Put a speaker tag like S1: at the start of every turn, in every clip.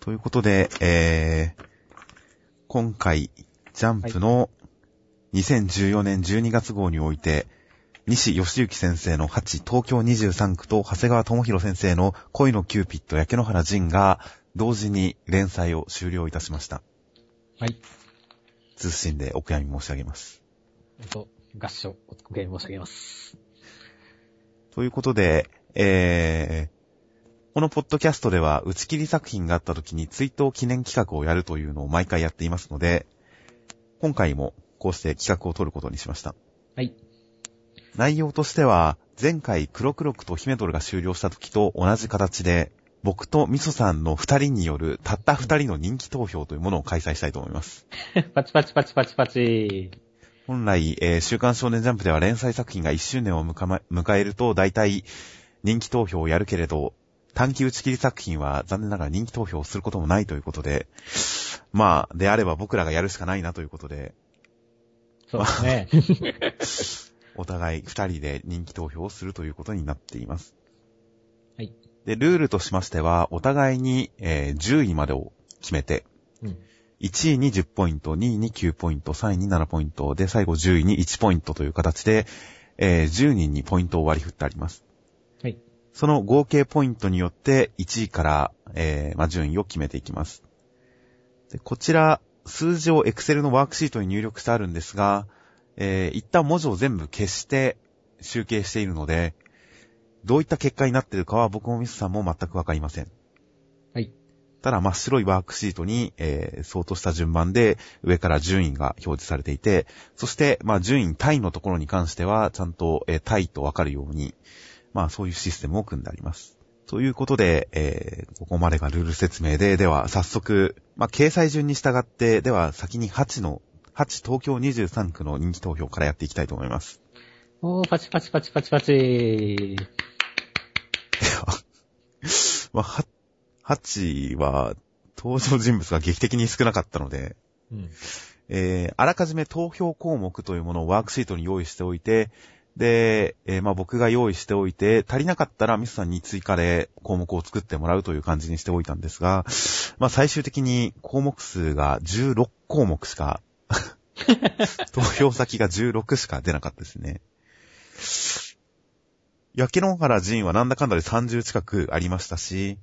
S1: ということで、えー、今回、ジャンプの2014年12月号において、西義行先生の8、東京23区と長谷川智弘先生の恋のキューピット、焼け野原仁が、同時に連載を終了いたしました。
S2: はい。
S1: 通信でお悔やみ申し上げます。
S2: えっと、合唱、お付き合い申し上げます。
S1: ということで、えー、このポッドキャストでは打ち切り作品があった時に追悼記念企画をやるというのを毎回やっていますので、今回もこうして企画を取ることにしました。
S2: はい。
S1: 内容としては、前回黒黒クとヒメドルが終了した時と同じ形で、僕とミソさんの二人によるたった二人の人気投票というものを開催したいと思います。
S2: パチパチパチパチパチ。
S1: 本来、えー週刊少年ジャンプでは連載作品が1周年を迎ま迎えると、大体人気投票をやるけれど、短期打ち切り作品は残念ながら人気投票をすることもないということで、まあ、であれば僕らがやるしかないなということで、
S2: そうですね。
S1: お互い2人で人気投票をするということになっています。
S2: はい。
S1: で、ルールとしましては、お互いに、えー10位までを決めて、
S2: うん。
S1: 1位に10ポイント、2位に9ポイント、3位に7ポイント、で、最後10位に1ポイントという形で、えー10人にポイントを割り振ってあります。
S2: はい。
S1: その合計ポイントによって、1位から、えーまあ、順位を決めていきます。でこちら、数字を Excel のワークシートに入力してあるんですが、えー一旦文字を全部消して集計しているので、どういった結果になっているかは僕もミスさんも全くわかりません。
S2: はい。
S1: ただ真っ白いワークシートに、えー、相当した順番で上から順位が表示されていて、そして、まあ順位単位のところに関しては、ちゃんと、えー、単位とわかるように、まあそういうシステムを組んであります。ということで、えー、ここまでがルール説明で、では早速、まあ掲載順に従って、では先に8の、8東京23区の人気投票からやっていきたいと思います。
S2: おー、パチパチパチパチパチ。
S1: まあ、は、8は、登場人物が劇的に少なかったので、
S2: うん。
S1: えー、あらかじめ投票項目というものをワークシートに用意しておいて、で、えーまあ僕が用意しておいて、足りなかったらミスさんに追加で項目を作ってもらうという感じにしておいたんですが、まあ最終的に項目数が16項目しか、投票先が16しか出なかったですね。焼け野原陣はなんだかんだで30近くありましたし、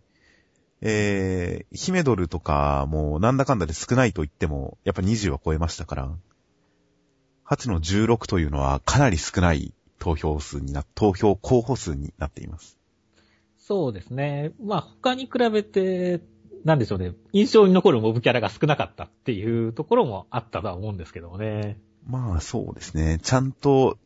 S1: えー、ヒメドルとかもなんだかんだで少ないと言っても、やっぱ20は超えましたから、8の16というのはかなり少ない投票数にな、投票候補数になっています。
S2: そうですね。まあ、他に比べて、なんでしょうね。印象に残るモブキャラが少なかったっていうところもあったとは思うんですけどもね。
S1: まあそうですね。ちゃんと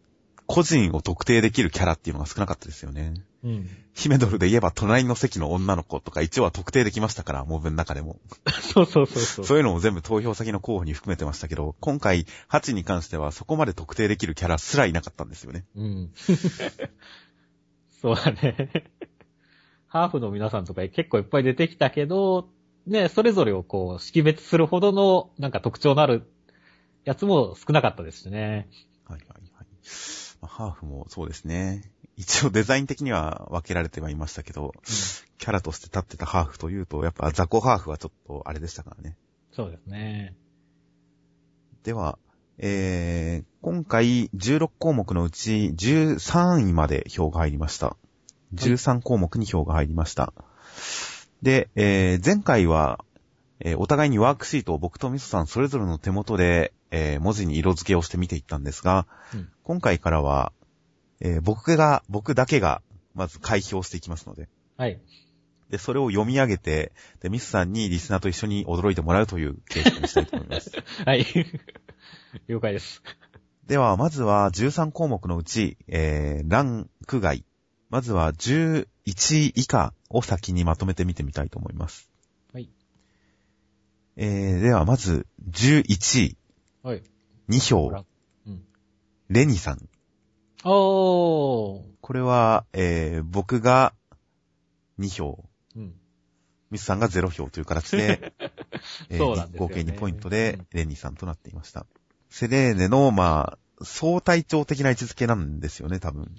S1: 個人を特定できるキャラっていうのが少なかったですよね。
S2: うん。
S1: ヒメドルで言えば隣の席の女の子とか一応は特定できましたから、モブの中でも。
S2: そうそうそうそ。
S1: そうういうのも全部投票先の候補に含めてましたけど、今回8に関してはそこまで特定できるキャラすらいなかったんですよね。
S2: うん。 そうだね。ハーフの皆さんとか結構いっぱい出てきたけど、ね、それぞれをこう、識別するほどの、なんか特徴のあるやつも少なかったですしね。
S1: はいはいはい。まあハーフもそうですね。一応デザイン的には分けられてはいましたけど、キャラとして立ってたハーフというと、やっぱ雑魚ハーフはちょっとあれでしたからね。
S2: そうですね。
S1: では、えー、今回16項目のうち13位まで票が入りました。13項目に票が入りました。で、えー、前回は、えーお互いにワークシートを僕とミソさんそれぞれの手元で、えー文字に色付けをして見ていったんですが、
S2: うん
S1: 今回からは、えー僕が、僕だけが、まず開票していきますので、
S2: はい。
S1: で、それを読み上げて、で、ミスさんにリスナーと一緒に驚いてもらうという形式にしたいと思います。
S2: はい。 了解です。
S1: では、まずは13項目のうち、えー、ランク外。まずは11位以下を先にまとめて見てみたいと思います。
S2: はい。
S1: えー、では、まず11位、
S2: はい。
S1: 2
S2: ラン
S1: 票、
S2: うん。
S1: レニさん。
S2: おー。
S1: これは、えー、僕が2票、
S2: うん。
S1: ミスさんが0票という形 で、えー
S2: そうなんですよ
S1: 合
S2: ね
S1: 計2ポイントで、レニさんとなっていました。セレーネの、まあ、相対調的な位置づけなんですよね、多分。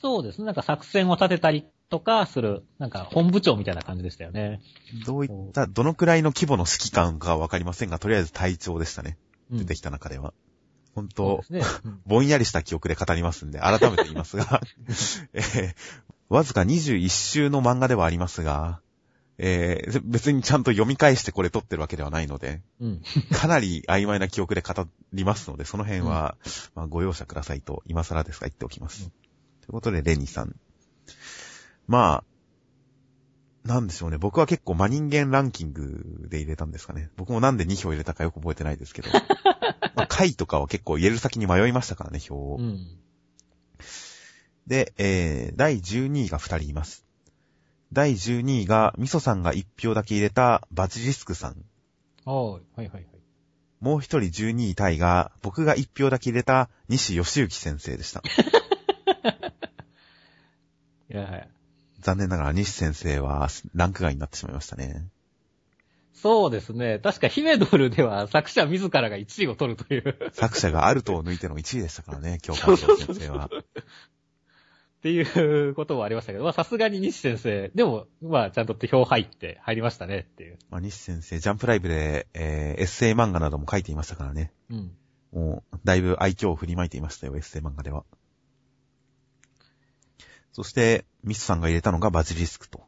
S2: そうですね。なんか作戦を立てたりとかする、なんか本部長みたいな感じでしたよね。
S1: どういった、どのくらいの規模の指揮官かはわかりませんが、とりあえず隊長でしたね。出て
S2: き
S1: きた中では。本
S2: た
S1: 当、
S2: そうですね。うん
S1: ぼんやりした記憶で語りますんで、改めて言います が、えーわずか21週の漫画ではありますが、えー別にちゃんと読み返してこれ撮ってるわけではないので、
S2: うん。
S1: かなり曖昧な記憶で語りますので、その辺は、まあ、ご容赦くださいと、今更ですが言っておきます。
S2: うん
S1: ということで、レニーさん。まあ、なんでしょうね。僕は結構真人間ランキングで入れたんですかね。僕もなんで2票入れたかよく覚えてないですけ ど。まあ、回とかは結構入れる先に迷いましたからね、票を。
S2: うん。
S1: で、えー、第12位が2人います。第12位が、ミソさんが1票だけ入れたバチリスクさん。
S2: おーはいはいはい。
S1: もう一人12位タイが、僕が1票だけ入れた西義行先生でした。
S2: いやはい。
S1: 残念ながら西先生はランク外になってしまいましたね。
S2: そうですね。確かヒメドルでは作者自らが1位を取るという、 っ
S1: 作者がアルトを抜いての1位でしたからね、教科書先生は。
S2: ていうことはありましたけど、まあさすがに西先生、でも、まあちゃんと票入って入りましたねっていう。
S1: まあ、西先生、ジャンプライブで、えーエッセイ漫画なども書いていましたからね。
S2: うん。
S1: もう、だいぶ愛嬌を振りまいていましたよ、エッセイ漫画では。そして、ミスさんが入れたのがバジリスクと。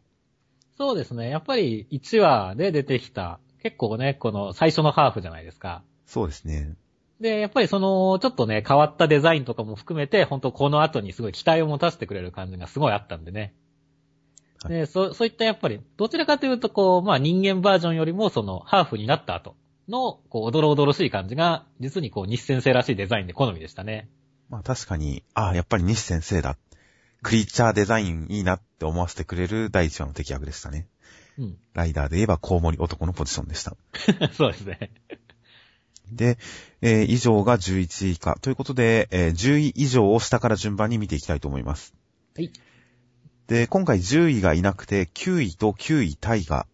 S2: そうですね。やっぱり1話で出てきた、結構ね、この最初のハーフじゃないですか。
S1: そうですね。
S2: で、やっぱりその、ちょっとね、変わったデザインとかも含めて、本当この後にすごい期待を持たせてくれる感じがすごいあったんでね。
S1: はい
S2: で、そう、そういったやっぱり、どちらかというと、こう、まあ人間バージョンよりも、その、ハーフになった後の、こう、おどろおどろしい感じが、実にこう、日先生らしいデザインで好みでしたね。
S1: まあ確かに、ああ、やっぱり西先生だ。クリーチャーデザインいいなって思わせてくれる第一話の敵役でしたね。
S2: うん。
S1: ライダーで言えばコウモリ男のポジションでした。
S2: そうですね。
S1: で、えー以上が11位以下。ということで、えー10位以上を下から順番に見ていきたいと思います。
S2: はい。
S1: で、今回10位がいなくて、9位と9位タイが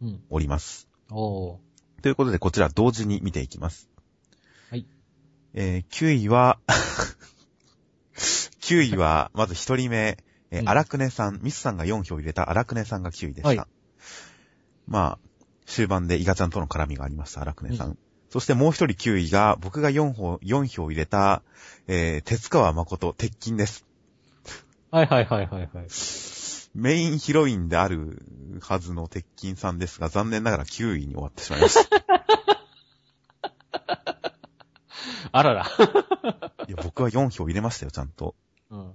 S2: うん。
S1: おります。
S2: おー。
S1: ということで、こちら同時に見ていきます。
S2: はい。
S1: えー9位は、9位は、まず1人目、え
S2: う
S1: ー、
S2: ん
S1: 荒くねさん、ミスさんが4票入れた荒くねさんが9位でした。
S2: はい
S1: まあ、終盤でイガちゃんとの絡みがありました、荒くねさん。そしてもう1人9位が、僕が4票、4票入れた、えー、鉄川誠、鉄筋です。
S2: はいはいはいはいはい。
S1: メインヒロインであるはずの鉄筋さんですが、残念ながら9位に終わってしまいま した。
S2: あらら。
S1: いや、僕は4票入れましたよ、ちゃんと。
S2: うん。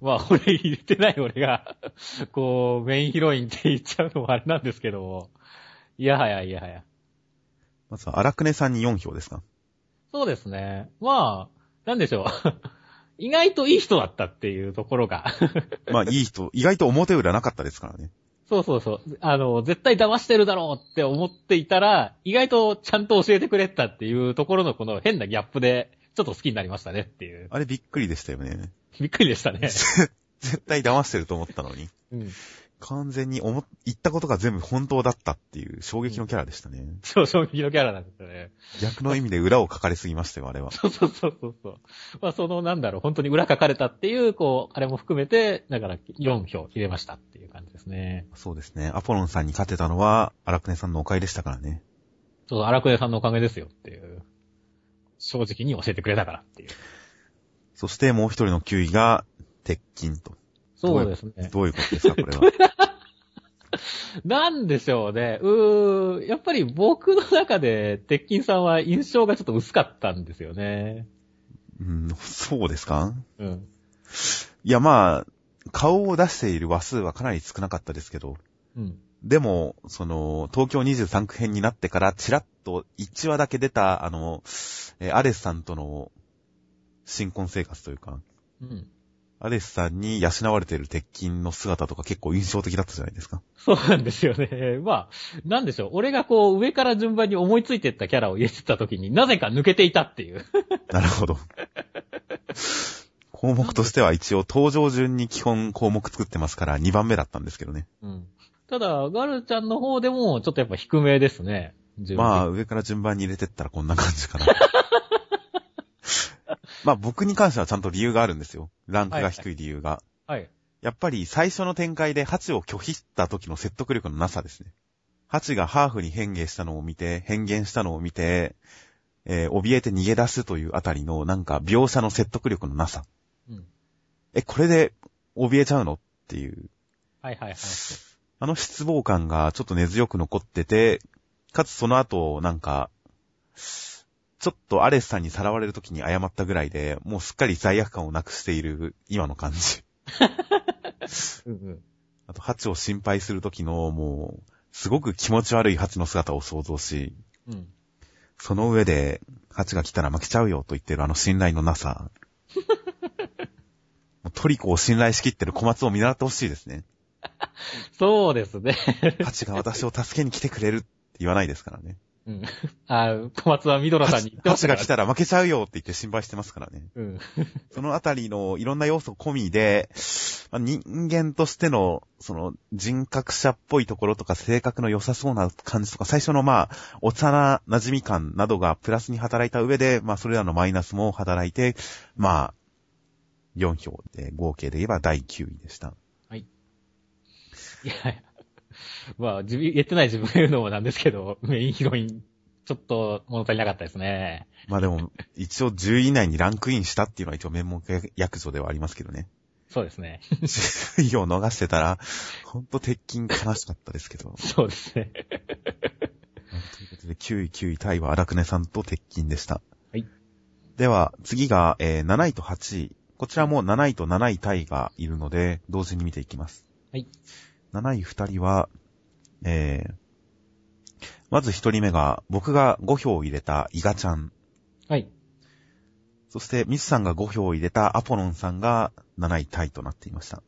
S2: まあ、俺入れてない俺が、こう、メインヒロインって言っちゃうのもあれなんですけども。いやはやいやはや。
S1: まずは、荒くねさんに4票ですか
S2: そうですね。まあ、なんでしょう。 意外といい人だったっていうところが。
S1: まあ、いい人、意外と表裏なかったですからね。
S2: そうそうそう。あの、絶対騙してるだろうって思っていたら、意外とちゃんと教えてくれたっていうところのこの変なギャップで、ちょっと好きになりましたねっていう。
S1: あれびっくりでしたよね。
S2: びっくりでしたね。
S1: 絶対騙してると思ったのに。
S2: うん。
S1: 完全に思っ、言ったことが全部本当だったっていう衝撃のキャラでしたね。
S2: 超衝撃のキャラなんですよね。
S1: 逆の意味で裏を書かれすぎましたよ、あれは。
S2: そうそうそうそうそう。まあ、その、なんだろう、本当に裏書かれたっていう、こう、あれも含めて、だから4票入れましたっていう感じですね。
S1: そうですね。アポロンさんに勝てたのは、荒くねさんのおかげでしたからね。
S2: そう、荒くれさんのおかげですよっていう。正直に教えてくれたからっていう。
S1: そしてもう一人の9位が、鉄筋と。
S2: そうですね。
S1: どういうことですか、これは。
S2: なんでしょうね。うーん、やっぱり僕の中で、鉄筋さんは印象がちょっと薄かったんですよね。
S1: うん、そうですか
S2: うん。
S1: いや、まあ、顔を出している話数はかなり少なかったですけど、
S2: うん。
S1: でも、その、東京23区編になってから、ちらっと1話だけ出た、あの、えーアレスさんとの新婚生活というか、
S2: うん。
S1: アレスさんに養われている鉄筋の姿とか結構印象的だったじゃないですか。
S2: そうなんですよね。まあ、なんでしょう。俺がこう、上から順番に思いついてったキャラを入れてった時になぜか抜けていたっていう。
S1: なるほど。項目としては一応登場順に基本項目作ってますから2番目だったんですけどね。
S2: うん。ただ、ガルちゃんの方でも、ちょっとやっぱ低めですね。
S1: まあ、
S2: あ、
S1: 上から順番に入れてったらこんな感じかな。まあ、僕に関してはちゃんと理由があるんですよ。ランクが低い理由が。
S2: はい。
S1: やっぱり最初の展開でハチを拒否した時の説得力のなさですね。ハチがハーフに変形したのを見て、変幻したのを見て、えー怯えて逃げ出すというあたりの、なんか描写の説得力のなさ。
S2: うん。
S1: え、これで怯えちゃうのっていう。
S2: はいはいはい。
S1: あの失望感がちょっと根強く残ってて、かつその後、なんか、ちょっとアレスさんにさらわれる時に謝ったぐらいで、もうすっかり罪悪感をなくしている今の感じ。
S2: うんうん。
S1: あと、ハチを心配する時の、もう、すごく気持ち悪いハチの姿を想像し、
S2: うん。
S1: その上で、ハチが来たら負けちゃうよと言ってるあの信頼のな さ。もうトリコを信頼しきってる小松を見習ってほしいですね。
S2: そうですね。
S1: ハチが私を助けに来てくれるって言わないですからね。
S2: うん。あ小松はみどらさんに言ってま
S1: ハ
S2: した
S1: チ
S2: か
S1: が
S2: ら
S1: 来。たら負けちゃうよって言って心配してますからね。
S2: うん。
S1: そのあたりのいろんな要素込みで、まあ人間としての、その人格者っぽいところとか性格の良さそうな感じとか、最初のまあ、お茶な馴染み感などがプラスに働いた上で、まあそれらのマイナスも働いて、まあ、4票で、合計で言えば第9位でした。
S2: いやいや。まあ、自分、言ってない自分が言うのもなんですけど、メインヒロイン、ちょっと物足りなかったですね。
S1: まあでも、一応10位以内にランクインしたっていうのは一応名目役所ではありますけどね。
S2: そうですね。
S1: 10位を逃してたら、ほんと鉄筋悲しかったですけど。
S2: そうですね。
S1: ということで、9位、9位、タイは荒くねさんと鉄筋でした。
S2: はい。
S1: では、次が、えー7位と8位。こちらも7位と7位タイがいるので、同時に見ていきます。
S2: はい。
S1: 7位2人は、えー、まず1人目が、僕が5票を入れたイガちゃん。
S2: はい。
S1: そして、ミスさんが5票を入れたアポロンさんが7位タイとなっていました。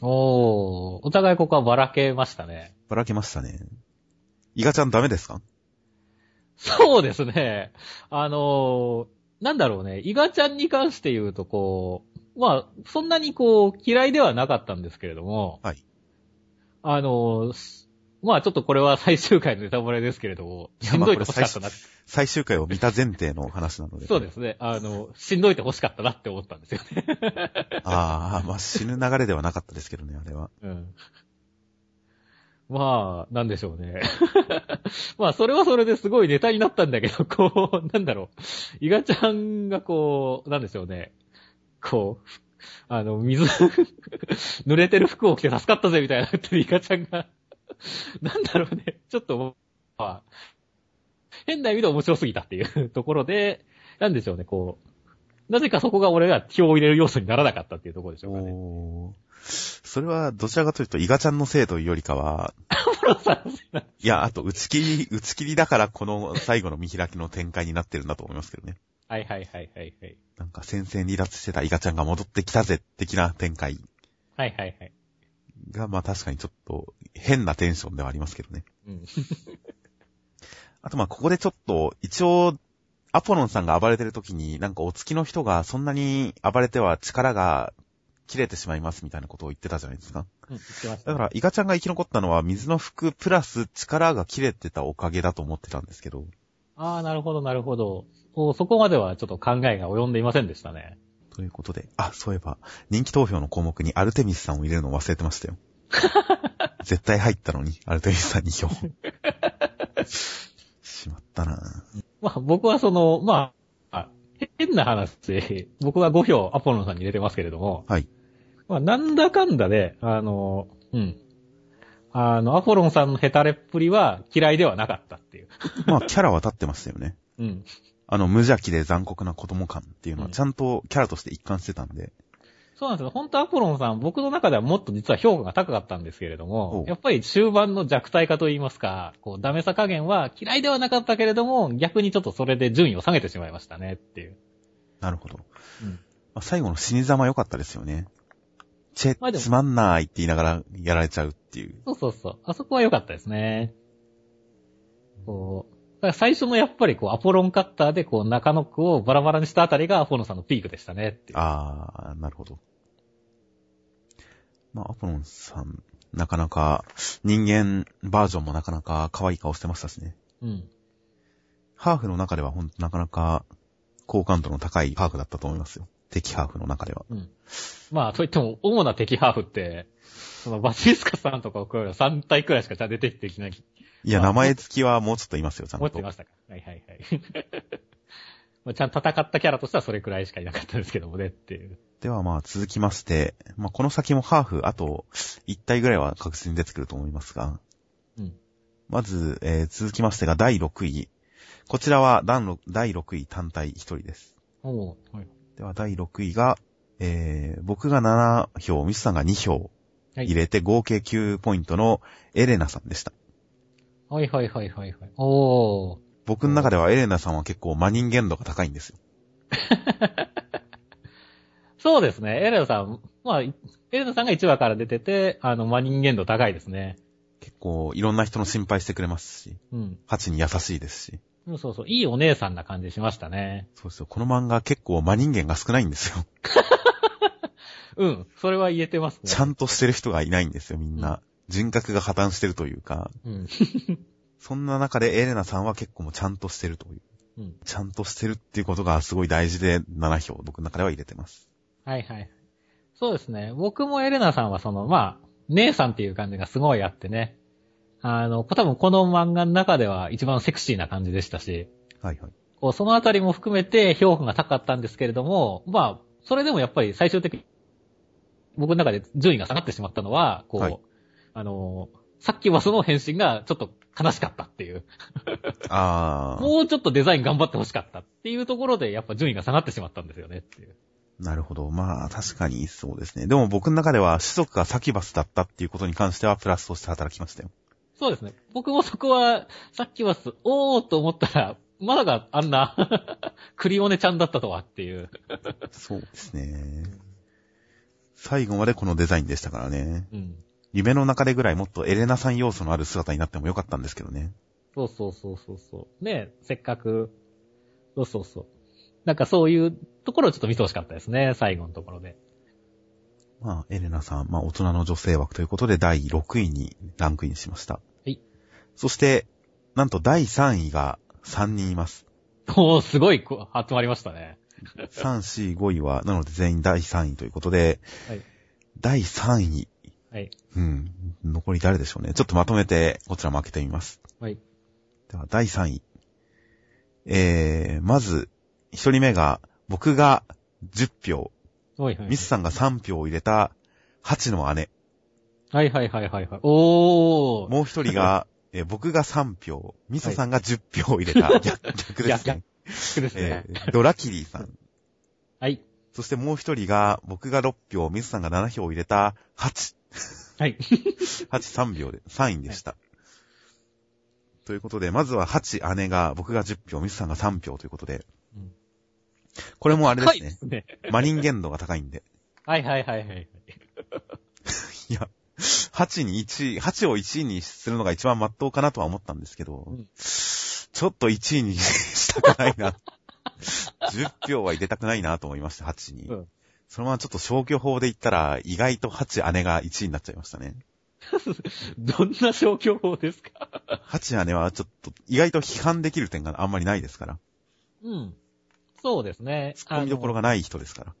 S2: おー、お互いここはばらけましたね。
S1: ばらけましたね。イガちゃんダメですか
S2: そうですね。あのーなんだろうね、イガちゃんに関して言うと、こう、まあ、そんなにこう、嫌いではなかったんですけれども、
S1: はい。
S2: あのーすまあちょっとこれは最終回のネタバレですけれども、
S1: いや
S2: しんどい
S1: ま
S2: と
S1: あこ
S2: 欲
S1: れ
S2: しかったなって、
S1: 最終回を見た前提の話なので。
S2: そうですね、あの、しんどいと欲しかったなって思ったんですよね。
S1: ああ、まあ死ぬ流れではなかったですけどね、あれは。
S2: うん。まあ、なんでしょうね。 まあ、それはそれですごいネタになったんだけど、こう、なんだろう。イガちゃんがこう、なんでしょうね。こう、あの、水、濡れてる服を着て助かったぜみたいな言ってるイガちゃんが、 なんだろうね。ちょっと、まあ、変な意味で面白すぎたっていうところで、なんでしょうね、こう。なぜかそこが俺が票を入れる要素にならなかったっていうところでしょうかね。
S1: おーそれはどちらかというと、イガちゃんのせいというよりか は、いや、あと打ち切り、打ち切りだからこの最後の見開きの展開になってるんだと思いますけどね。
S2: はいはいはいはいはい。
S1: なんか戦線離脱してたイガちゃんが戻ってきたぜ、的な展開
S2: はいはいはい。
S1: が、まあ確かにちょっと変なテンションではありますけどね。
S2: うん。
S1: あとまあここでちょっと、一応、アポロンさんが暴れてる時に、なんかお月の人がそんなに暴れては力が切れてしまいますみたいなことを言ってたじゃないですか。
S2: 言ってました
S1: だ
S2: ね
S1: から、イカちゃんが生き残ったのは水の服プラス力が切れてたおかげだと思ってたんですけど、
S2: ああ、なるほどなるほど。おそこまではちょっと考えが及んでいませんでしたね。
S1: ということで、あ、そういえば、人気投票の項目にアルテミスさんを入れるの忘れてましたよ。絶対入ったのに、アルテミスさんに票。しまったなぁ
S2: まあ僕はその、まあ、あ変な話で、僕は5票アポロンさんに入れてますけれども、
S1: はい。
S2: まあなんだかんだで、あの、うん。あの、アポロンさんのヘタレっぷりは嫌いではなかったっていう。
S1: まあ、キャラは立ってましたよね。
S2: うん。
S1: あの、無邪気で残酷な子供感っていうのは、
S2: うん
S1: ちゃんとキャラとして一貫してたんで、
S2: そうなんですよ。本当アポロンさん、僕の中ではもっと実は評価が高かったんですけれど
S1: お
S2: も
S1: う、
S2: やっぱり終盤の弱体化といいますか、こう、ダメさ加減は嫌いではなかったけれども、逆にちょっとそれで順位を下げてしまいましたねっていう。
S1: なるほど。
S2: うん
S1: まあ最後の死に様良かったですよね。チ
S2: まあで
S1: ェ、
S2: も
S1: つまんないって言いながらやられちゃうっていう。
S2: そうそうそう。あそこは良かったですね。こう、だから最初のやっぱりこう、アポロンカッターでこう、中野区をバラバラにしたあたりがアポロンさんのピークでしたねっていう。
S1: あー、なるほど。まあ、アポロンさん、なかなか、人間バージョンもなかなか可愛い顔してましたしね。
S2: うん。
S1: ハーフの中ではほんとなかなか、好感度の高いハーフだったと思いますよ。敵ハーフの中では。
S2: うん。まあ、といっても、主な敵ハーフって、そのバチリスカさんとかを超える3体くらいしかじゃあ出てきてきない、
S1: いや、
S2: まあ
S1: 名前付きはもうちょっといますよ、ちゃん
S2: 思って
S1: と
S2: ま。したから。はいはいはい。 まあ、ちゃんと戦ったキャラとしてはそれくらいしかいなかったですけどもねっていう。
S1: ではまあ続きまして、まあこの先もハーフ、あと1体ぐらいは確実に出てくると思いますが、
S2: うん。
S1: まず、えー続きましてが第6位。こちらは段の第6位単体1人です。
S2: おうはい。
S1: では第6位が、えー、僕が7票、ミスさんが2票
S2: はい
S1: 入れて合計9ポイントのエレナさんでした。
S2: はいはいはいはいはい。おー。
S1: 僕の中ではエレナさんは結構真人間度が高いんですよ。
S2: そうですね。エレナさん、まあ、エレナさんが1話から出てて、あの、まあ、人間度高いですね。
S1: 結構いろんな人の心配してくれますし、
S2: うん。
S1: ハチに優しいですし。
S2: うんそうそう。いいお姉さんな感じしましたね。
S1: そうですよ。この漫画結構真人間が少ないんですよ。
S2: うん。それは言えてますね。
S1: ちゃんとしてる人がいないんですよ、みん
S2: う
S1: な。人格が破綻してるというか、
S2: うん。
S1: そんな中でエレナさんは結構もうちゃんとしてるという。
S2: うん。
S1: ちゃんとしてるっていうことがすごい大事で7票僕の中では入れてます。
S2: はいはい。そうですね。僕もエレナさんはその、まあ、姉さんっていう感じがすごいあってね。あの、多分この漫画の中では一番セクシーな感じでしたし、
S1: はいはい。
S2: こうそのあたりも含めて評価が高かったんですけれども、まあ、それでもやっぱり最終的に、僕の中で順位が下がってしまったのは、こう、
S1: はい
S2: あの、さっきはその返信がちょっと悲しかったっていう、
S1: あー、
S2: もうちょっとデザイン頑張ってほしかったっていうところで、やっぱ順位が下がってしまったんですよねっていう。
S1: なるほど。まあ確かにそうですね。でも僕の中では種族がサキバスだったっていうことに関してはプラスとして働きましたよ。
S2: そうですね。僕もそこは、さっきはす、おーと思ったら、まさかあんな、 クリオネちゃんだったとはっていう。
S1: そうですね。最後までこのデザインでしたからね。
S2: うん。
S1: 夢の中でぐらいもっとエレナさん要素のある姿になってもよかったんですけどね。
S2: そうそうそうそうそう。ねえせっかく、そうそうそう。なんかそういうところをちょっと見てほしかったですね、最後のところで。
S1: まあ、エレナさん、まあ、大人の女性枠ということで第6位にランクインしました。
S2: はい。
S1: そして、なんと第3位が3人います。
S2: おー、すごいこう集まりましたね。
S1: 3、4、5位は、なので全員第3位ということで、
S2: はい。
S1: 第3位、
S2: はい。
S1: うん、残り誰でしょうね。ちょっとまとめて、こちらも開けてみます。
S2: はい。
S1: では、第3位。えー、まず、1人目が、僕が10票、
S2: はいはい。
S1: ミスさんが3票を入れた、8の姉。
S2: はいはいはいはいはい。おー。
S1: もう一人が、えー僕が3票、ミサさんが10票入れ た。逆逆ですね。
S2: 逆です
S1: え
S2: ね。
S1: ードラキリーさん。
S2: はい。
S1: そしてもう一人が、僕が6票、ミサさんが7票入れた、8。
S2: はい。
S1: 8、3票で、3位でした。ということで、まずは8姉が、僕が10票、ミサさんが3票ということで
S2: うん。
S1: これもあれで
S2: はい
S1: すね。
S2: ね。
S1: マリン限度が高いんで。
S2: はいはいはいはい。
S1: いや、8に1位、8を1位にするのが一番真っ当かなとは思ったんですけど、
S2: うん
S1: ちょっと1位にしたくないな。10票は入れたくないなと思いました、8に。
S2: うん
S1: そのままちょっと消去法で言ったら、意外と8姉が1位になっちゃいましたね。
S2: どんな消去法ですか
S1: 8姉はちょっと、意外と批判できる点があんまりないですから。
S2: うん。そうですね。
S1: 突っ込みどころ
S2: が。
S1: がない人ですから。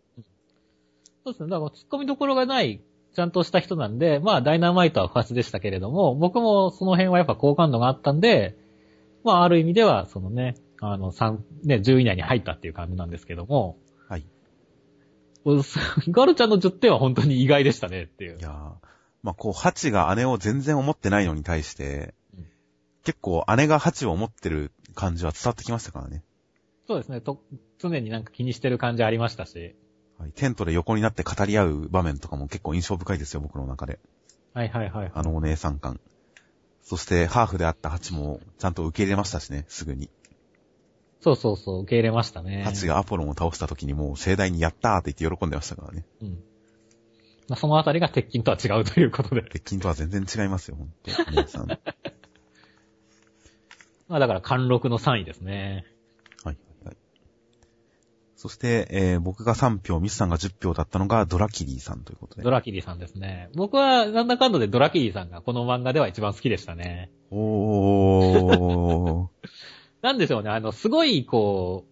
S2: そうですね。だから突っ込みどころがない、ちゃんとした人なんで、まあ、ダイナマイトは不発でしたけれども、僕もその辺はやっぱ好感度があったんで、まあ、ある意味では、そのね、あの、3、ね、10位以内に入ったっていう感じなんですけども、
S1: はい。
S2: うっすガルちゃんの10点は本当に意外でしたねっていう
S1: い。やーまあこう、ハチが姉を全然思ってないのに対して、
S2: うん
S1: 結構姉がハチを思ってる感じは伝わってきましたからね。
S2: そうですね。と、常になんか気にしてる感じありましたし。
S1: はい、テントで横になって語り合う場面とかも結構印象深いですよ、僕の中で。
S2: はいはいはい。
S1: あのお姉さん感。そして、ハーフであったハチもちゃんと受け入れましたしね、すぐに。
S2: そうそうそう、受け入れましたね。
S1: ハチがアポロンを倒した時にもう盛大にやったーって言って喜んでましたからね。
S2: うん。まあ、そのあたりが鉄筋とは違うということで。
S1: 鉄筋とは全然違いますよ、ほんと。お姉さん。 はい
S2: まあだから貫禄の3位ですね。
S1: はいはい。そして、えー僕が3票、ミスさんが10票だったのがドラキリーさんということで
S2: ド。ラキリさんですね。僕はなんだかんだでドラキリさんがこの漫画では一番好きでしたね。
S1: おー。
S2: なんでしょうね、あの、すごいこ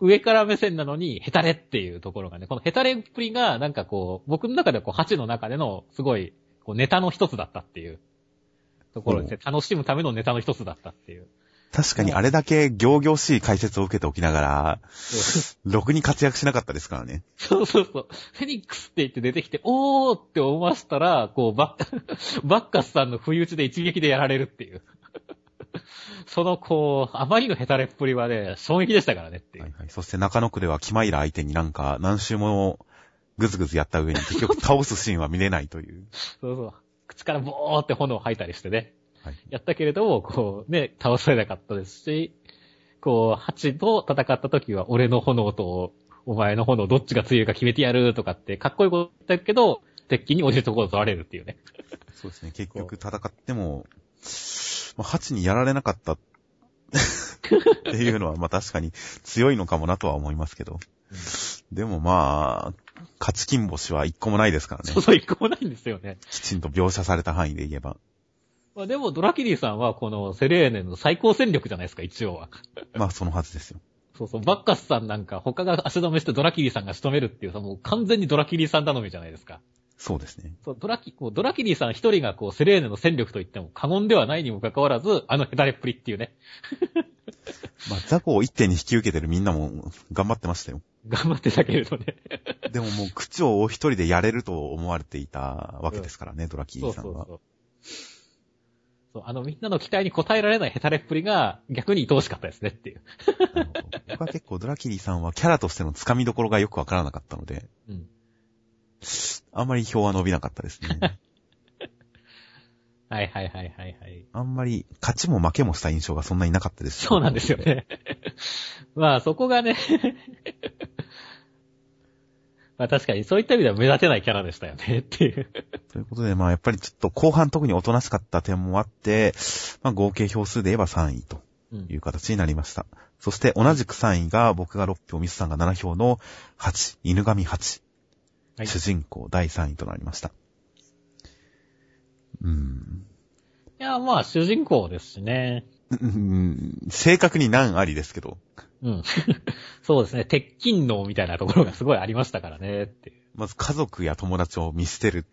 S2: う、上から目線なのに、ヘタレっていうところがね、このヘタレっぷりが、なんかこう、僕の中ではこう、8の中での、すごい、こう、ネタの一つだったっていうところですね。楽しむためのネタの一つだったっていう。
S1: 確かにあれだけ行々しい解説を受けておきながら、ろくに活躍しなかったですからね。
S2: そうそうそう。フェニックスって言って出てきて、おーって思わせたら、こう、バッ、 バッカスさんの不意打ちで一撃でやられるっていう。その、こう、あまりのヘタレっぷりはね、衝撃でしたからねっていう。
S1: はいはい。そして中野区ではキマイラ相手になんか何周もぐずぐずやった上 に結局倒すシーンは見れないという。
S2: そうそう。口からボーって炎を吐いたりしてね。
S1: はい。
S2: やったけれども、こう、ね、倒されなかったですし、こう、蜂と戦った時は、俺の炎と、お前の炎、どっちが強いか決めてやるとかって、かっこいいこと言ったけど、鉄筋に落ちるところを取られるっていうね。
S1: そうですね。結局戦っても、まあ、ハチにやられなかったっていうのは、まあ確かに強いのかもなとは思いますけど。でもまあ、勝ち金星は一個もないですからね
S2: そう。そう、一個もないんですよね。
S1: きちんと描写された範囲で言え ば。
S2: まあでも、ドラキリーさんは、このセレーネの最高戦力じゃないですか、一応は。
S1: まあそのはずですよ。
S2: そうそう、バッカスさんなんか、他が足止めしてドラキリーさんが仕留めるっていうさ、もう完全にドラキリーさん頼みじゃないですか。
S1: そうですね。
S2: そう、ドラキ、こうドラキリーさん一人がこう、セレーネの戦力と言っても過言ではないにもかかわらず、あのヘタレっぷりっていうね、
S1: まあザコを一手に引き受けてるみんなも頑張ってましたよ。
S2: 頑張ってたけれどね。
S1: でももう口を一人でやれると思われていたわけですからね、ドラキ
S2: そ
S1: ー
S2: う
S1: さ
S2: そ
S1: ん
S2: う
S1: は。
S2: そう。そう、あのみんなの期待に応えられないヘタレっぷりが逆に愛おしかったですねっていう。
S1: なるほど僕は結構ドラキリーさんはキャラとしての掴みどころがよくわからなかったので、
S2: うん。
S1: あんまり票は伸びなかったですね。
S2: はいはいはいはいはい。
S1: あんまり勝ちも負けもした印象がそんなになかったです。
S2: そうなんですよ。ね。 まあそこがね、 まあ確かにそういった意味では目立てないキャラでしたよね っていう。
S1: ということで、まあやっぱりちょっと後半特におとなしかった点もあって、まあ合計票数で言えば3位と
S2: うん
S1: いう形になりました。そして同じく3位が僕が6票、ミスさんが7票の8、犬神8、
S2: はい
S1: 主人公第3位となりました。うーん。
S2: いや、まあ、主人公ですしね。
S1: うん正確に何ありですけど、
S2: うん。 そうですね。鉄筋脳みたいなところがすごいありましたからね、っていう。
S1: まず家族や友達を見捨 てる。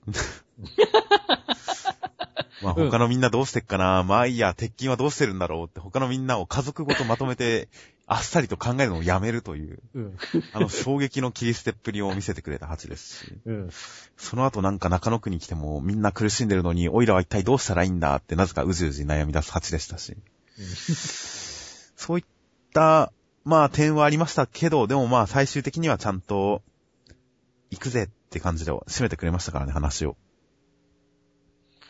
S1: まあ
S2: うん
S1: 他のみんなどうしてっかな、まあいいや、鉄筋はどうしてるんだろうって他のみんなを家族ごとまとめて、あっさりと考えるのをやめるという、
S2: うん。
S1: あの衝撃の切り捨てっぷりを見せてくれた蜂ですし、
S2: うん。
S1: その後なんか中野区に来てもみんな苦しんでるのに、オイラは一体どうしたらいいんだってなぜかうじうじ悩み出す蜂でしたし、そういった、まあ点はありましたけど、でもまあ最終的にはちゃんと、行くぜって感じで締めてくれましたからね、話を。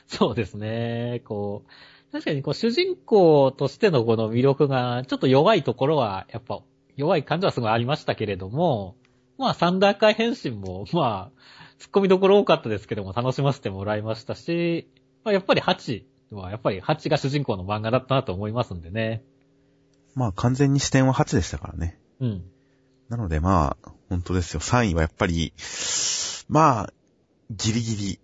S2: そうですね。こう、確かにこう、主人公としてのこの魅力が、ちょっと弱いところは、やっぱ、弱い感じはすごいありましたけれども、まあ、サンダー界変身も、 まあ、突っ込みどころ多かったですけども、楽しませてもらいましたし、まあ、やっぱりハチは、やっぱりハチが主人公の漫画だったなと思いますんでね。
S1: まあ完全に視点は8でしたからね。
S2: うん。
S1: なのでまあ、本当ですよ。3位はやっぱり、まあ、ギリギリ、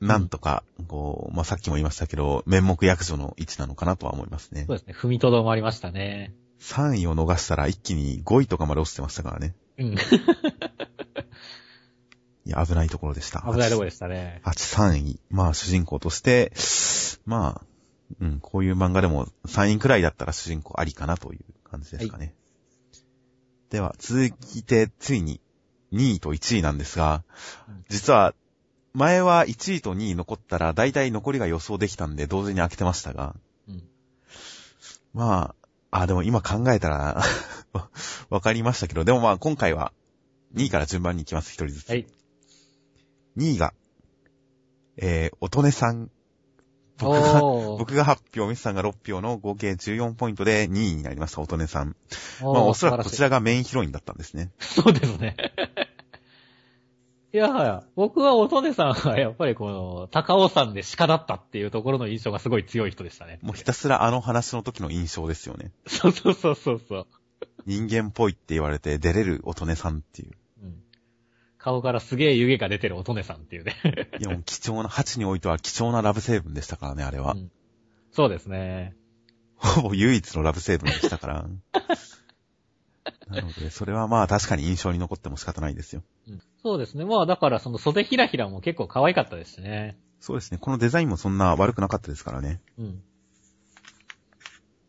S1: なんとか、こう、まあさっきも言いましたけど、面目役所の位置なのかなとは思いますね
S2: そ。うですね。踏みとどまりましたね。
S1: 3位を逃したら一気に5位とかまで落ちてましたからね。
S2: うん。
S1: いや、危ないところでした。
S2: 危ないとこでしたね。
S1: 8、3位。まあ、主人公として、まあ、うん、こういう漫画でも3位くらいだったら主人公ありかなという感じですかね。では、続いて、ついに、2位と1位なんですが
S2: うん、
S1: 実は、前は1位と2位残ったら、だいたい残りが予想できたんで、同時に開けてましたが、
S2: うん。
S1: まあ、あ、でも今考えたら、 わかりましたけど、でもまあ、今回は、2位から順番に行きます、一人ずつ。
S2: はい。
S1: 2位が、えー、乙女さん。僕が、
S2: おー。
S1: 僕が8票、ミスさんが6票の合計14ポイントで2位になりました、乙女さん。
S2: ま
S1: まあ、おそらくこち
S2: ら
S1: らがメインヒロインだったんですね。
S2: い。 そうですね。いや、僕は乙女さんは やっぱりこの、高尾山で鹿だったっていうところの印象がすごい強い人でしたね。
S1: もうひたすらあの話の時の印象ですよね。
S2: そうそうそうそうそう。
S1: 人間っぽいって言われて出れる乙女さんっていう。
S2: うん。顔からすげえ湯気が出てる乙女さんっていうね。
S1: いや、もう貴重な、8においては貴重なラブ成分でしたからね、あれは。
S2: うんそうですね。
S1: ほぼ唯一のラブ成分でしたから。なので、それはまあ確かに印象に残っても仕方ないですよ。
S2: うんそうですね。まあだからその袖ひらひらも結構可愛かったですしね。
S1: そうですね。このデザインもそんな悪くなかったですからね。
S2: うん。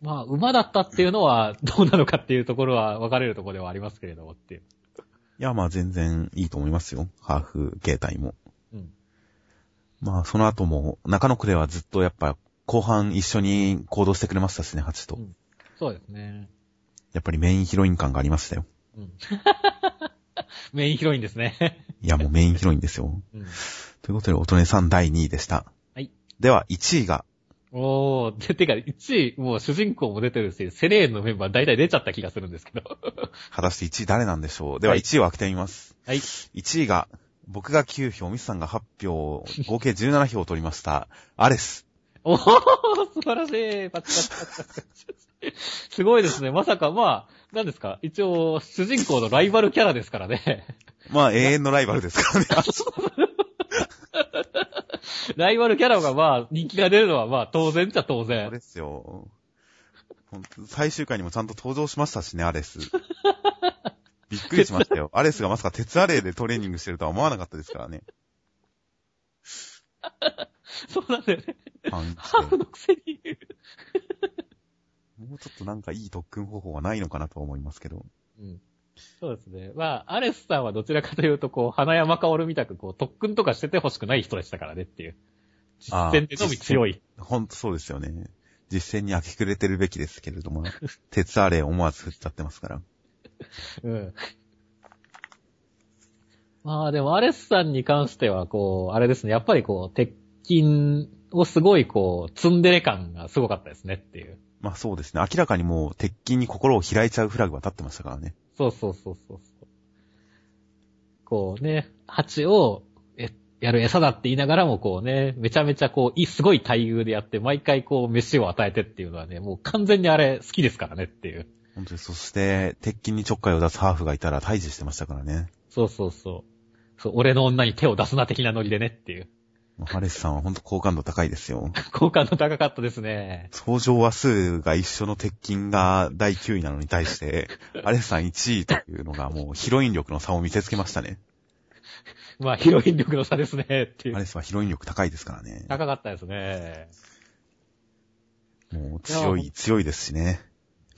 S2: まあ馬だったっていうのはどうなのかっていうところは分かれるところではありますけれどもっていう。
S1: いや、まあ全然いいと思いますよ。ハーフ形態も。
S2: うん。
S1: まあその後も、中野区ではずっとやっぱ後半一緒に行動してくれましたしね、ハチと
S2: う。んそうですね。
S1: やっぱりメインヒロイン感がありましたよ。
S2: うん。メインヒロインですね。
S1: いや、もうメインヒロインですよ。
S2: うん。
S1: ということで、乙女さん第2位でした。
S2: はい。
S1: では、1位が、
S2: おー、で、てか、1位、もう主人公も出てるし、セレーヌのメンバー大体出ちゃった気がするんですけど。
S1: 果たして1位誰なんでしょう。では、
S2: はい
S1: 1位を開けてみます。
S2: はい。
S1: 1位が、僕が9票、ミスさんが8票、合計17票を取りました。アレス。
S2: おー、素晴らしい。パチパチパチパチ。すごいですね。まさか、まあ、何ですか一応、主人公のライバルキャラですからね。
S1: まあ、永遠のライバルですからね。
S2: ライバルキャラがまあ、人気が出るのはまあ、当然っちゃ当
S1: そう
S2: 然。
S1: ですよ。ほんと最終回にもちゃんと登場しましたしね、アレス。びっくりしましたよ。アレスがまさか鉄アレイでトレーニングしてるとは思わなかったですからね。
S2: そうなんだよね。
S1: パンチ
S2: ハー
S1: で。
S2: フのくせに。
S1: もうちょっとなんかいい特訓方法はないのかなとは思いますけど。
S2: うん。そうですね。まあ、アレスさんはどちらかというと、こう、花山薫みたく、こう、特訓とかしてて欲しくない人でしたからねっていう。実践でのみ強い。
S1: ほんとそうですよね。実践に明け暮れてるべきですけれども、鉄アレイ思わず振っちゃってますから。
S2: うん。まあでも、アレスさんに関しては、こう、あれですね、やっぱりこう、鉄筋をすごいこう、ツンデレ感がすごかったですねっていう。
S1: まあそうですね。明らかにもう鉄筋に心を開いちゃうフラグは立ってましたからね。
S2: そうそうそうそうそう。こうね、蜂を、え、やる餌だって言いながらもこうね、めちゃめちゃこう、いい、すごい待遇でやって、毎回こう、飯を与えてっていうのはね、もう完全にあれ、好きですからねっていう。
S1: 本当に、そして、鉄筋にちょっかいを出すハーフがいたら退治してましたからね。
S2: そうそうそう。そう、俺の女に手を出すな的なノリでねっていう。
S1: もうハレスさんはほんと好感度高いですよ。
S2: 好感度高かったですね。
S1: 登場話数が一緒の鉄筋が第9位なのに対して、アレスさん1位というのがもうヒロイン力の差を見せつけましたね。
S2: まあ、ヒロイン力の差ですね、ってい
S1: ア
S2: う。
S1: レスはヒロイン力高いですからね。
S2: 高かったですね。
S1: もう強
S2: い
S1: い、強いですしね。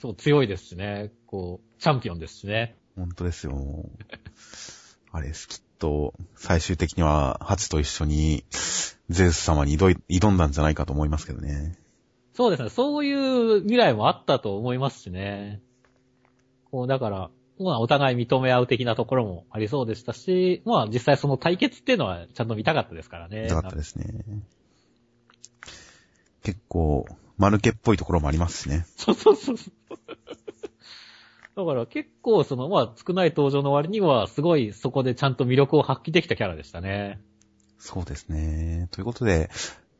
S2: そう、強いですしね。こう、チャンピオンですしね。
S1: 本当ですよ。もうアレスきっと、最終的にはハチと一緒に、ゼウス様に挑い挑んだんじゃないかと思いますけどね。
S2: そうですね。そういう未来もあったと思いますしね。こう、だから、まあ、お互い認め合う的なところもありそうでしたし、まあ、実際その対決っていうのはちゃんと見たかったですからね。
S1: 痛かったですね。結構、マヌケっぽいところもありますしね。
S2: そうそうそうそう。だから結構その、まあ、少ない登場の割には、すごいそこでちゃんと魅力を発揮できたキャラでしたね。
S1: そうですね。ということで、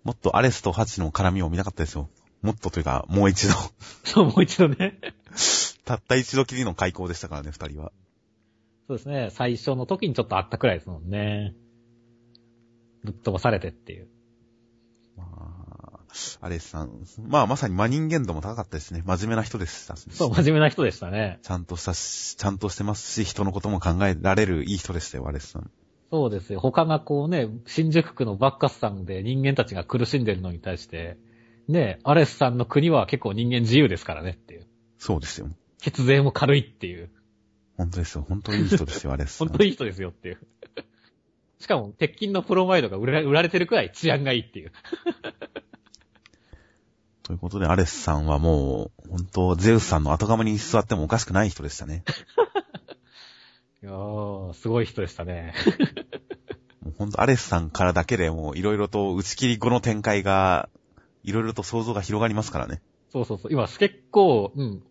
S1: もっとアレスとハチの絡みを見なかったですよ。もっとというか、もう一度。
S2: そう、もう一度ね。
S1: たった一度きりの開口でしたからね、二人は。
S2: そうですね。最初の時にちょっとあったくらいですもんね。ぶっ飛ばされてっていう。
S1: まあ、アレスさん。まあ、まさに真人間度も高かったですね。真面目な人でしたし。
S2: そう、真面目な人でしたね。
S1: ちゃんとしたし、ちゃんとしてますし、人のことも考えられるいい人でしたよ、アレスさん。
S2: そうですよ。他がこうね、新宿区のバッカスさんで人間たちが苦しんでるのに対して、ね、アレスさんの国は結構人間自由ですからねっていう。
S1: そうですよ。
S2: 血税も軽いっていう。
S1: 本当ですよ。本当にいい人ですよ、アレスさん。
S2: 本当いい人ですよっていう。しかも、鉄筋のプロマイドが売ら売られてるくらい治安がいいっていう。
S1: ということで、アレスさんはもう、本当ゼウスさんの後釜に座ってもおかしくない人でしたね。
S2: いやー、すごい人でしたね。
S1: もうほんと、アレスさんからだけでもう、いろいろと打ち切り後の展開が、いろいろと想像が広がりますからね。
S2: そうそうそう。今、結構、うん。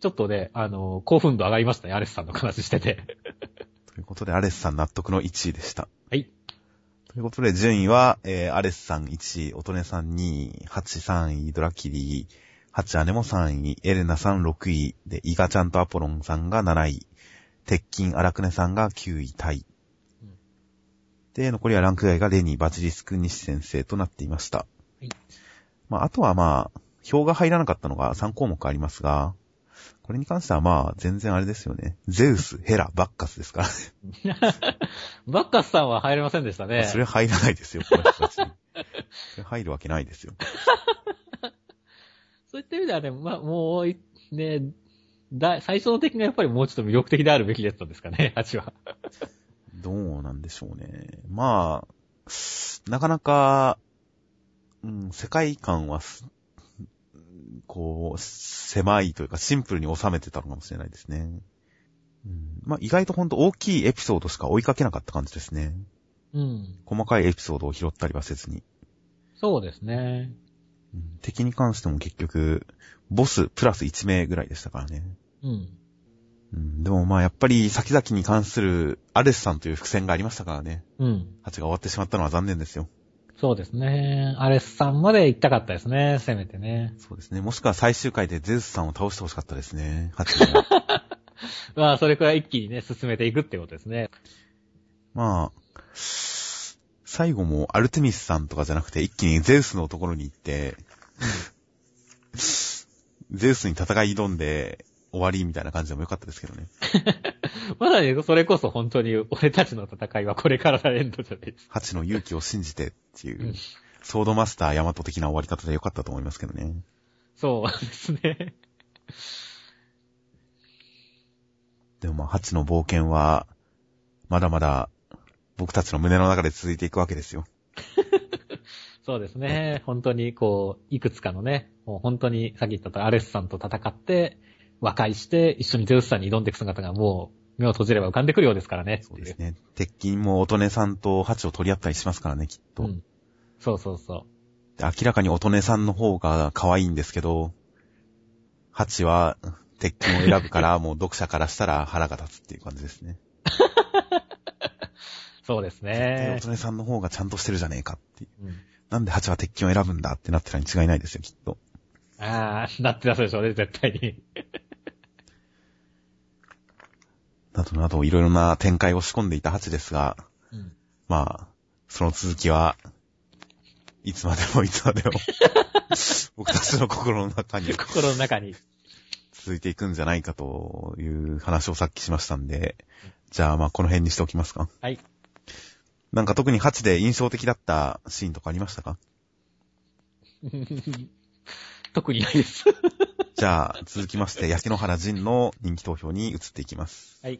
S2: ちょっとね、あの、興奮度上がりましたね、アレスさんの話してて。
S1: ということで、アレスさん納得の1位でした。
S2: はい。
S1: ということで、順位は、えー、アレスさん1位、オトネさん2位、ハチ3位、ドラキリー、ハチアネも3位、エレナさん6位、で、イガちゃんとアポロンさんが7位、鉄筋アラクネさんが9位タイ
S2: うん。
S1: で、残りはランク外がレニー、バチリスク、西先生となっていました。
S2: はい
S1: まあ、あとはまあ、票が入らなかったのが3項目ありますが、これに関してはまあ、全然あれですよね。ゼウス、ヘラ、バッカスですからね。
S2: バッカスさんは入れませんでしたね。
S1: それ入らないですよ、この人たちに。それ入るわけないですよ。
S2: そういった意味ではね、まあ、もうい、ね、だ、最初の敵がやっぱりもうちょっと魅力的であるべきだったんですかね、8は。
S1: どうなんでしょうね。まあ、なかなか、うん、世界観はす、こう、狭いというか、シンプルに収めてたのかもしれないですね。うん、まあ、意外とほんと大きいエピソードしか追いかけなかった感じですね。
S2: うん。
S1: 細かいエピソードを拾ったりはせずに。
S2: そうですね。
S1: うん敵に関しても結局、ボスプラス1名ぐらいでしたからね。
S2: うん。
S1: うん、でもまあやっぱり先々に関するアレスさんという伏線がありましたからね。
S2: うん。
S1: 8が終わってしまったのは残念ですよ。
S2: そうですね。アレスさんまで行ったかったですね、せめてね。
S1: そうですね。もしくは最終回でゼウスさんを倒してほしかったですね。8が。
S2: まあ、それくらい一気にね、進めていくってことですね。
S1: まあ、最後もアルテミスさんとかじゃなくて一気にゼウスのところに行って、 ゼウスに戦い挑んで終わりみたいな感じでもよかったですけどね。
S2: まだね、それこそ本当に俺たちの戦いはこれからのエンドじゃないですか。、
S1: 8の勇気を信じてっていううんソードマスターヤマト的な終わり方でよかったと思いますけどね。
S2: そうですね。
S1: でもまあ、ハチの冒険は、まだまだ、僕たちの胸の中で続いていくわけですよ。
S2: そうですね。本当にこう、いくつかのね、もう本当にさっき言ったアレスさんと戦って、和解して、一緒にゼウスさんに挑んでいく姿がもう、目を閉じれば浮かんでくるようですからね。
S1: そうですね。鉄筋も乙女さんとハチを取り合ったりしますからね、きっと。
S2: うん。そうそうそ
S1: で明らかに乙女さんの方が可愛いんですけど、ハチは鉄筋を選ぶ から、もう読者からしたら腹が立つっていう感じですね。
S2: う。そうです
S1: で
S2: ね
S1: 乙。女さんの方がちゃんとしてるじゃねえかっていう。
S2: うん
S1: なんでハチは鉄筋を選ぶんだってなってたに違いないですよ、きっと。
S2: ああ、なってたそうでしょうね、絶対に。
S1: などなど、いろいろな展開を仕込んでいたハチですが、
S2: うん
S1: まあ、その続きは、いつまでもいつまでも、僕たちの心の中に
S2: 心の中に。
S1: 続いていくんじゃないかという話をさっきしましたんで、じゃあまあこの辺にしておきますか。
S2: はい。
S1: なんか特にハチで印象的だったシーンとかありましたか
S2: 特にないです。
S1: じゃあ続きまして、焼け野原仁の人気投票に移っていきます。
S2: はい。